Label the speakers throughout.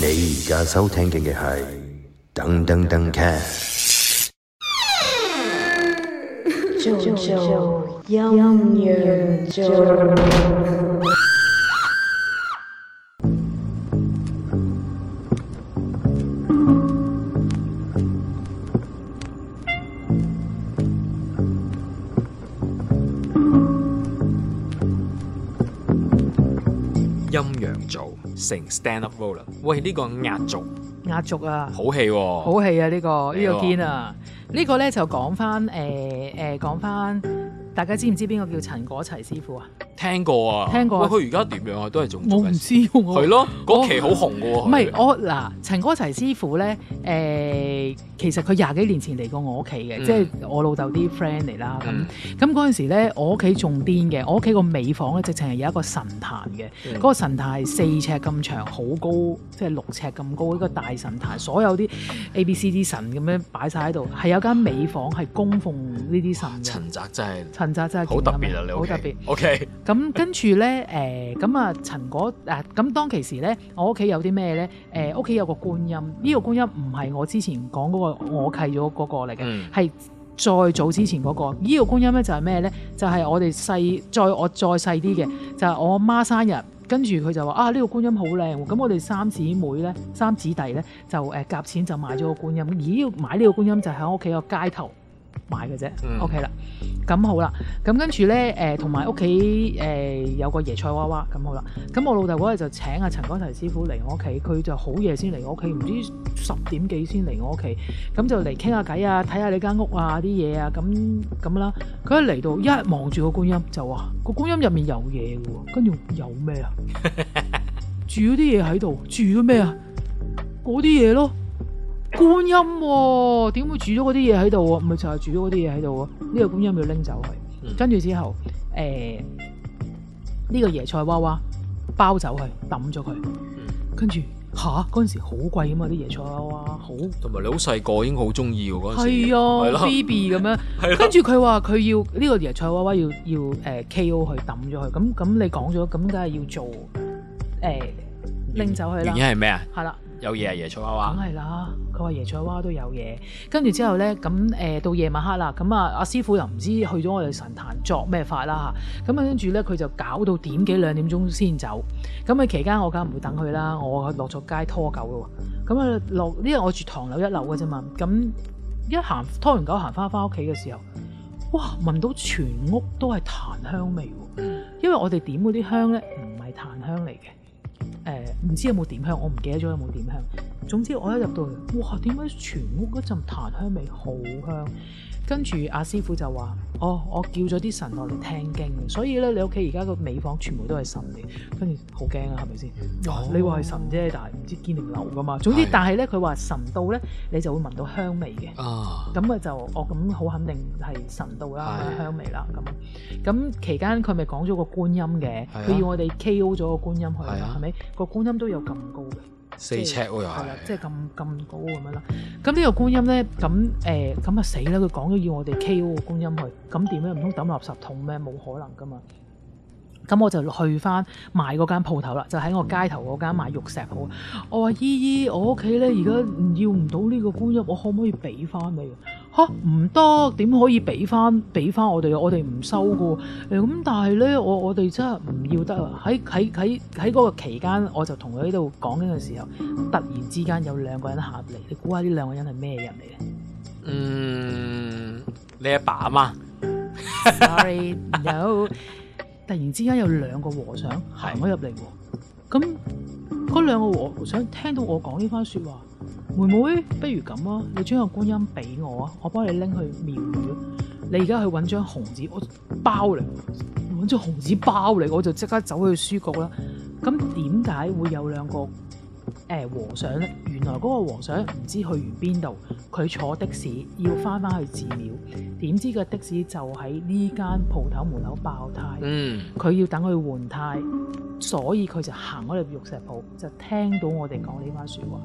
Speaker 1: 你而家收聽嘅係噔噔噔 cast。
Speaker 2: 做做陰陽做，
Speaker 3: 陰陽做成 stand up roller，喂呢、個壓軸
Speaker 4: 壓軸啊，
Speaker 3: 好戲喎，
Speaker 4: 好戲啊！呢、個呢、
Speaker 3: 嚟
Speaker 4: 個
Speaker 3: 喎
Speaker 4: 堅啊，呢個咧就講翻誒誒講翻，大家知唔知邊個叫陳果齊師傅啊？
Speaker 3: 聽過啊，
Speaker 4: 聽過啊
Speaker 3: 喂佢而家點樣啊？都係仲
Speaker 4: 我
Speaker 3: 做
Speaker 4: 唔
Speaker 3: 緊
Speaker 4: 知喎我
Speaker 3: 係咯，嗰期好紅嘅喎，
Speaker 4: 唔係我嗱，陳歌齊師傅咧，誒、其實佢廿幾年前嚟過我屋企嘅，
Speaker 3: 嗯
Speaker 4: 即係我老豆啲 friend 嚟啦。
Speaker 3: 嗯
Speaker 4: 咁咁嗰陣時咧，我屋企仲癲嘅，我屋企個尾房咧，直情係有一個神壇嘅，嗰、
Speaker 3: 嗯
Speaker 4: 個神壇係四尺咁長，好高，即係六尺咁高，一個大神壇，所有啲 A、B、C、D 神咁樣擺晒喺度，係有間尾房係供奉呢啲神嘅。
Speaker 3: 陳澤真係
Speaker 4: 陳澤真係
Speaker 3: 好特別啊！你
Speaker 4: 好
Speaker 3: 屋企
Speaker 4: 特別。
Speaker 3: ，OK，
Speaker 4: 咁跟住咧，誒咁啊，陳果啊，咁當其時咧，我屋企有啲咩咧？誒屋企有個觀音，呢、個觀音唔係我之前講嗰、個我契咗嗰個嚟嘅，
Speaker 3: 嗯
Speaker 4: 係、再早之前嗰、個。呢、個觀音咧就係咩咧？就係、我哋細再我再細啲嘅，就係、我媽生日。跟住佢就話啊呢、個觀音好靚喎，咁我哋三姊妹咧，三姊弟咧就誒夾錢就買咗個觀音，而呢個買呢個觀音就喺屋企個街頭買嘅啫、
Speaker 3: 嗯
Speaker 4: o k 啦，咁好啦，咁跟住咧誒同埋屋企誒有個椰菜娃娃，咁好啦，咁我老豆嗰日就請阿陳光提師傅嚟我屋企，佢就好夜先嚟我屋企，唔知十點幾先嚟我屋企，咁就嚟傾下偈啊，睇下你間屋啊啲嘢啊，咁咁啦，佢一嚟到一望住個觀音就話個觀音入面有嘢嘅喎，跟住有咩啊？住咗啲嘢喺度，住咗咩啊？嗰啲嘢咯，觀音喎、點會住咗嗰啲嘢喺度啊？咪就係住咗嗰啲嘢喺度啊！呢、個觀音要拎走
Speaker 3: 嗯
Speaker 4: 佢，跟住之後，誒、呢、個椰菜娃娃包走佢，抌咗佢，跟住吓，嗰陣時好貴啊嘛啲椰菜娃娃，好
Speaker 3: 同埋你好細個已經好中意喎嗰陣時，
Speaker 4: 係
Speaker 3: 係
Speaker 4: 啊
Speaker 3: 咯
Speaker 4: ，BB 咁樣。
Speaker 3: 係咯
Speaker 4: 跟住佢話佢要呢、個椰菜娃娃要要呃誒、KO 佢抌咗佢，咁咁你講咗，咁梗係要做誒拎、走佢啦
Speaker 3: 原，因係咩啊？
Speaker 4: 係啦。
Speaker 3: 有嘢係椰菜娃
Speaker 4: 梗
Speaker 3: 娃，
Speaker 4: 係啦，佢話椰菜娃都有嘢，跟住之後咧，咁誒、呃到夜晚黑啦，咁啊阿師傅又唔知去咗我哋神壇作咩法啦嚇，咁啊跟住咧佢就搞到點幾兩點鐘先走，咁啊期間我梗係唔會等佢啦，我落咗街拖狗咯喎，咁啊落呢個我住唐樓一樓嘅啫嘛，咁一行拖完狗行翻翻屋企嘅時候，哇聞到全屋都係檀香味喎。
Speaker 3: 嗯
Speaker 4: 因為我哋點嗰啲香咧唔係檀香嚟嘅，誒、呃唔知有冇點香，我唔記得咗有冇點香。總之我一入到去，哇！點解全屋嗰陣檀香味好香？跟住阿師傅就話：哦，我叫咗啲神落嚟聽經嘅，所以咧你屋企而家個尾房全部都係神嚟，跟住好驚啊，係咪先？
Speaker 3: 哦
Speaker 4: 你話係神啫，但係唔知堅定流噶嘛。總之
Speaker 3: 係，
Speaker 4: 但係咧佢話神到咧，你就會聞到香味嘅。
Speaker 3: 啊，
Speaker 4: 咁啊就我咁好肯定係神道啦
Speaker 3: 係，
Speaker 4: 香味啦咁。咁期間佢咪講咗個觀音嘅，
Speaker 3: 係啊
Speaker 4: 佢要我哋 K.O. 咗個觀音去
Speaker 3: 係啊
Speaker 4: 啦，係咪？個觀音都有咁高嘅，
Speaker 3: 四尺喎又
Speaker 4: 係啦，即
Speaker 3: 係
Speaker 4: 係，咁咁高咁樣啦。咁呢個觀音咧，咁誒咁啊死啦！佢講咗要我哋 K.O. 個觀音去，咁點咧？唔通抌垃圾桶咩？冇可能噶嘛！咁我就去翻買嗰間鋪頭啦，就喺我街頭嗰間賣玉石鋪。我話姨姨，我屋企咧而家唔要唔到呢個觀音，我可唔可以俾翻你啊？吓唔得，點可以俾翻俾翻我哋啊？我哋唔收噶。誒咁，但係咧，我我哋真係唔要得啊！喺喺喺喺嗰個期間，我就同佢喺度講緊嘅時候，突然之間有兩個人行入嚟，你估下呢兩個人係咩人嚟咧？
Speaker 3: 嗯，你阿爸阿媽
Speaker 4: sorry no。突然之間有兩個和尚行咗入嚟喎，咁嗰兩個和尚聽到我講呢番説話，妹妹不如咁啊，你將個觀音俾我啊，我幫你拎去廟宇啊。你而家去揾張紅紙，我包你，揾張紅紙包你，我就即刻走去書局啦。咁點解會有兩個誒、呃和尚呢？原來嗰個和尚唔知去完邊度，佢坐的士要翻返去寺廟。點知個的士就喺呢間鋪頭門口爆胎，
Speaker 3: 嗯
Speaker 4: 佢、要等佢換胎，所以佢就行咗入玉石鋪，就聽到我哋講呢番説話，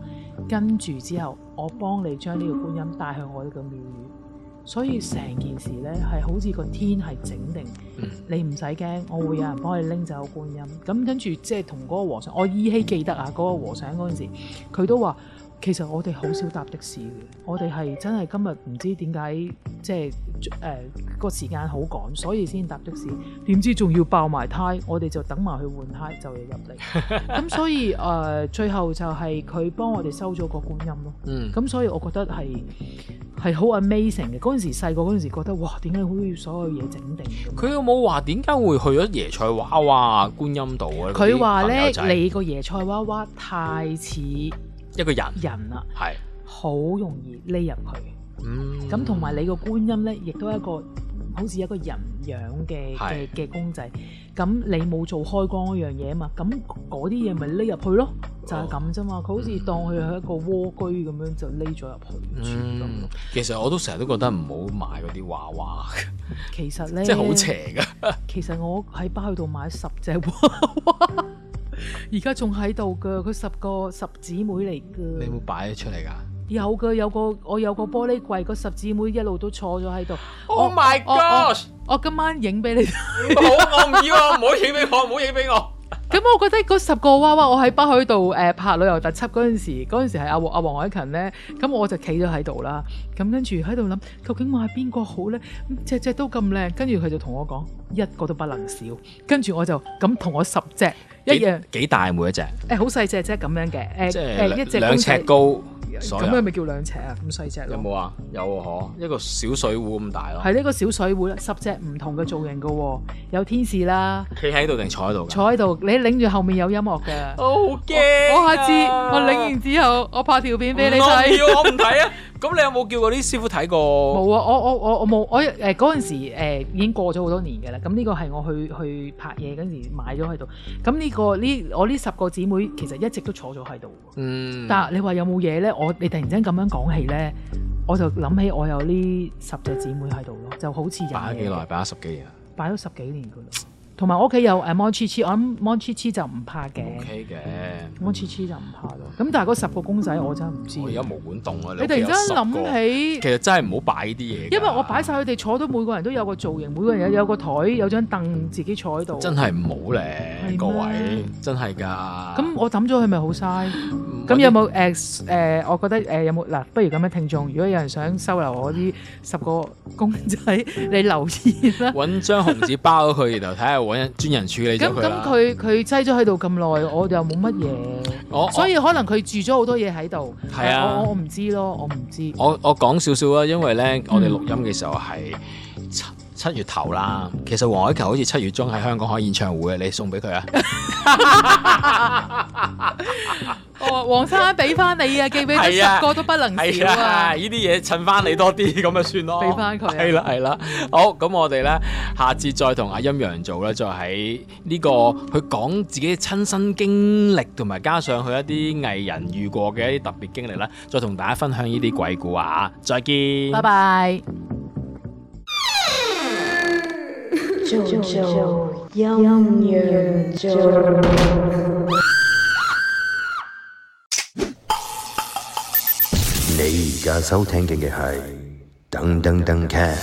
Speaker 4: 跟住之後我幫你將呢個觀音帶去我呢個廟宇，所以成件事咧係好似個天係整定，
Speaker 3: 嗯
Speaker 4: 你唔使驚，我會有人幫你拎走觀音。咁跟住即係同嗰個和尚，我依稀記得啊，嗰、個和尚嗰陣時，佢都話其實我哋好少搭的士嘅，我哋係真係今日唔知點解即係誒個時間好趕，所以先搭的士。點知仲要爆埋胎，我哋就等埋去換胎就要入嚟。 咁所以誒、呃最後就係佢幫我哋收咗個觀音咯。
Speaker 3: 嗯，
Speaker 4: 咁所以我覺得係係好 amazing 嘅。嗰陣時細個嗰陣時覺得哇，點解好似所有嘢整定咁？
Speaker 3: 佢有冇話點解會去咗椰菜娃娃觀音度啊？
Speaker 4: 佢話
Speaker 3: 嗰
Speaker 4: 咧
Speaker 3: 啲朋友，仔
Speaker 4: 你個椰菜娃娃太似
Speaker 3: 一個人
Speaker 4: 人啦，
Speaker 3: 係，
Speaker 4: 好容易匿入佢。
Speaker 3: 嗯，
Speaker 4: 咁同埋你個觀音咧，亦都係一個好似一個人樣嘅
Speaker 3: 係
Speaker 4: 嘅嘅公仔。咁你冇做開光嗰樣嘢啊嘛，咁嗰啲嘢咪匿入去咯，就係咁啫嘛。佢好似當佢係一個蝸居咁樣就匿咗入去住咁
Speaker 3: 嗯
Speaker 4: 咯。，
Speaker 3: 其實我都成日都覺得唔好買嗰啲娃娃，
Speaker 4: 其實咧，
Speaker 3: 即係好邪㗎。
Speaker 4: 其實我喺巴去度買十隻娃 娃，而家仲喺度噶。佢十個十姊妹嚟
Speaker 3: 你有
Speaker 4: 噶，
Speaker 3: 冇擺咗出嚟㗎
Speaker 4: 有噶有個我有個玻璃櫃，個十姊妹一路都坐咗喺度。
Speaker 3: ？Oh my
Speaker 4: 我我
Speaker 3: gosh！
Speaker 4: 我今晚影俾你睇。
Speaker 3: 好，我唔要啊！唔好影俾我，唔好影俾我。
Speaker 4: 咁我覺得嗰十個娃娃，我喺北海度誒、呃拍旅遊特輯嗰陣時，嗰陣時係阿黃阿黃海芹咧，咁我就企咗喺度啦。咁跟住喺度諗，究竟買邊個好咧？咁隻隻都咁靚，跟住佢就同我講，一個都不能少。跟住我就咁同我十隻一樣。
Speaker 3: 幾幾大每一隻，
Speaker 4: 誒好細隻啫咁樣嘅，誒
Speaker 3: 即
Speaker 4: 誒一隻
Speaker 3: 係兩尺
Speaker 4: 公
Speaker 3: 高，
Speaker 4: 仔，
Speaker 3: 所
Speaker 4: 咁樣
Speaker 3: 有
Speaker 4: 咪叫兩尺啊？咁細隻
Speaker 3: 有
Speaker 4: 咯，
Speaker 3: 冇啊？有啊，嗬，一個小水壺咁大咯。
Speaker 4: 係呢個小水壺啦，十隻唔同嘅造型嘅喎，有天使啦，
Speaker 3: 企喺度定坐喺度㗎？
Speaker 4: 坐喺度，你拎住後面有音樂嘅。
Speaker 3: 我好驚啊！
Speaker 4: 我下次我拎完之後，我拍條片俾你
Speaker 3: 唔我唔
Speaker 4: 睇。
Speaker 3: 要，我唔睇啊！咁你有冇叫嗰啲師傅睇
Speaker 4: 冇
Speaker 3: 過？
Speaker 4: 啊！我我我我冇，我誒嗰陣時誒已經過咗好多年嘅啦。咁呢個係我去去拍嘢嗰陣時買咗喺度。咁呢個呢我呢十個姊妹其實一直都坐咗喺度喎。
Speaker 3: 嗯，
Speaker 4: 但係你話有冇嘢咧？我你突然之間咁樣講起咧，我就諗起我有呢十隻姊妹喺度咯，就好似有嘢
Speaker 3: 擺咗幾耐？擺咗十幾年啊。
Speaker 4: 擺咗十幾年噶啦。同埋我屋企有誒 Monchichi，我諗 Monchichi 就唔怕嘅
Speaker 3: 哦 OK 嘅，
Speaker 4: Monchichi 就唔怕咯。咁但係嗰十個公仔我真係唔知。啊
Speaker 3: 我而家毛管動啊！
Speaker 4: 你突然之間
Speaker 3: 起，
Speaker 4: 諗
Speaker 3: 其
Speaker 4: 起，
Speaker 3: 實真係唔好擺呢啲嘢㗎。
Speaker 4: 因為我擺晒佢哋坐到每個人都有個造型，每個人有有個台，有張凳自己坐喺度。
Speaker 3: 真係唔好咧，
Speaker 4: 係
Speaker 3: 各位
Speaker 4: 咩
Speaker 3: 真係㗎。
Speaker 4: 咁我抌咗佢咪好嘥？
Speaker 3: 嗯
Speaker 4: 咁有冇誒誒？我覺得誒、有冇嗱？不如咁樣，聽眾，如果有人想收留我啲十個公仔，你留言 啦。
Speaker 3: 揾張紅紙包咗佢，然後睇下揾人專人處理
Speaker 4: 咁
Speaker 3: 咗佢
Speaker 4: 咁
Speaker 3: 啦
Speaker 4: 佢佢擠咗喺度咁耐，我又冇乜嘢，
Speaker 3: 我
Speaker 4: 所以可能佢住咗好多嘢喺度。
Speaker 3: 係啊
Speaker 4: 我我我唔知咯，我唔知。
Speaker 3: 我我講少少啦，因為咧
Speaker 4: 嗯
Speaker 3: 我哋錄音嘅時候係七七月頭啦。其實黃海球好似七月中喺香港開演唱會嘅，你送俾佢啊！
Speaker 4: 我黃生俾翻你啊，寄俾咗
Speaker 3: 係啊
Speaker 4: 十個都不能
Speaker 3: 係
Speaker 4: 少啊。
Speaker 3: 呢啲嘢襯翻你多啲咁咪算咯，
Speaker 4: 俾返佢啊
Speaker 3: 係啦係啦，好咁我哋咧下次再同阿陰陽做咧，再喺呢、個佢講自己親身經歷，同埋加上佢一啲藝人遇過嘅一啲特別經歷啦，再同大家分享呢啲鬼故啊！再見，
Speaker 4: 拜拜。
Speaker 2: 九阴阳九。
Speaker 1: 你而家收聽嘅係噔噔噔 c a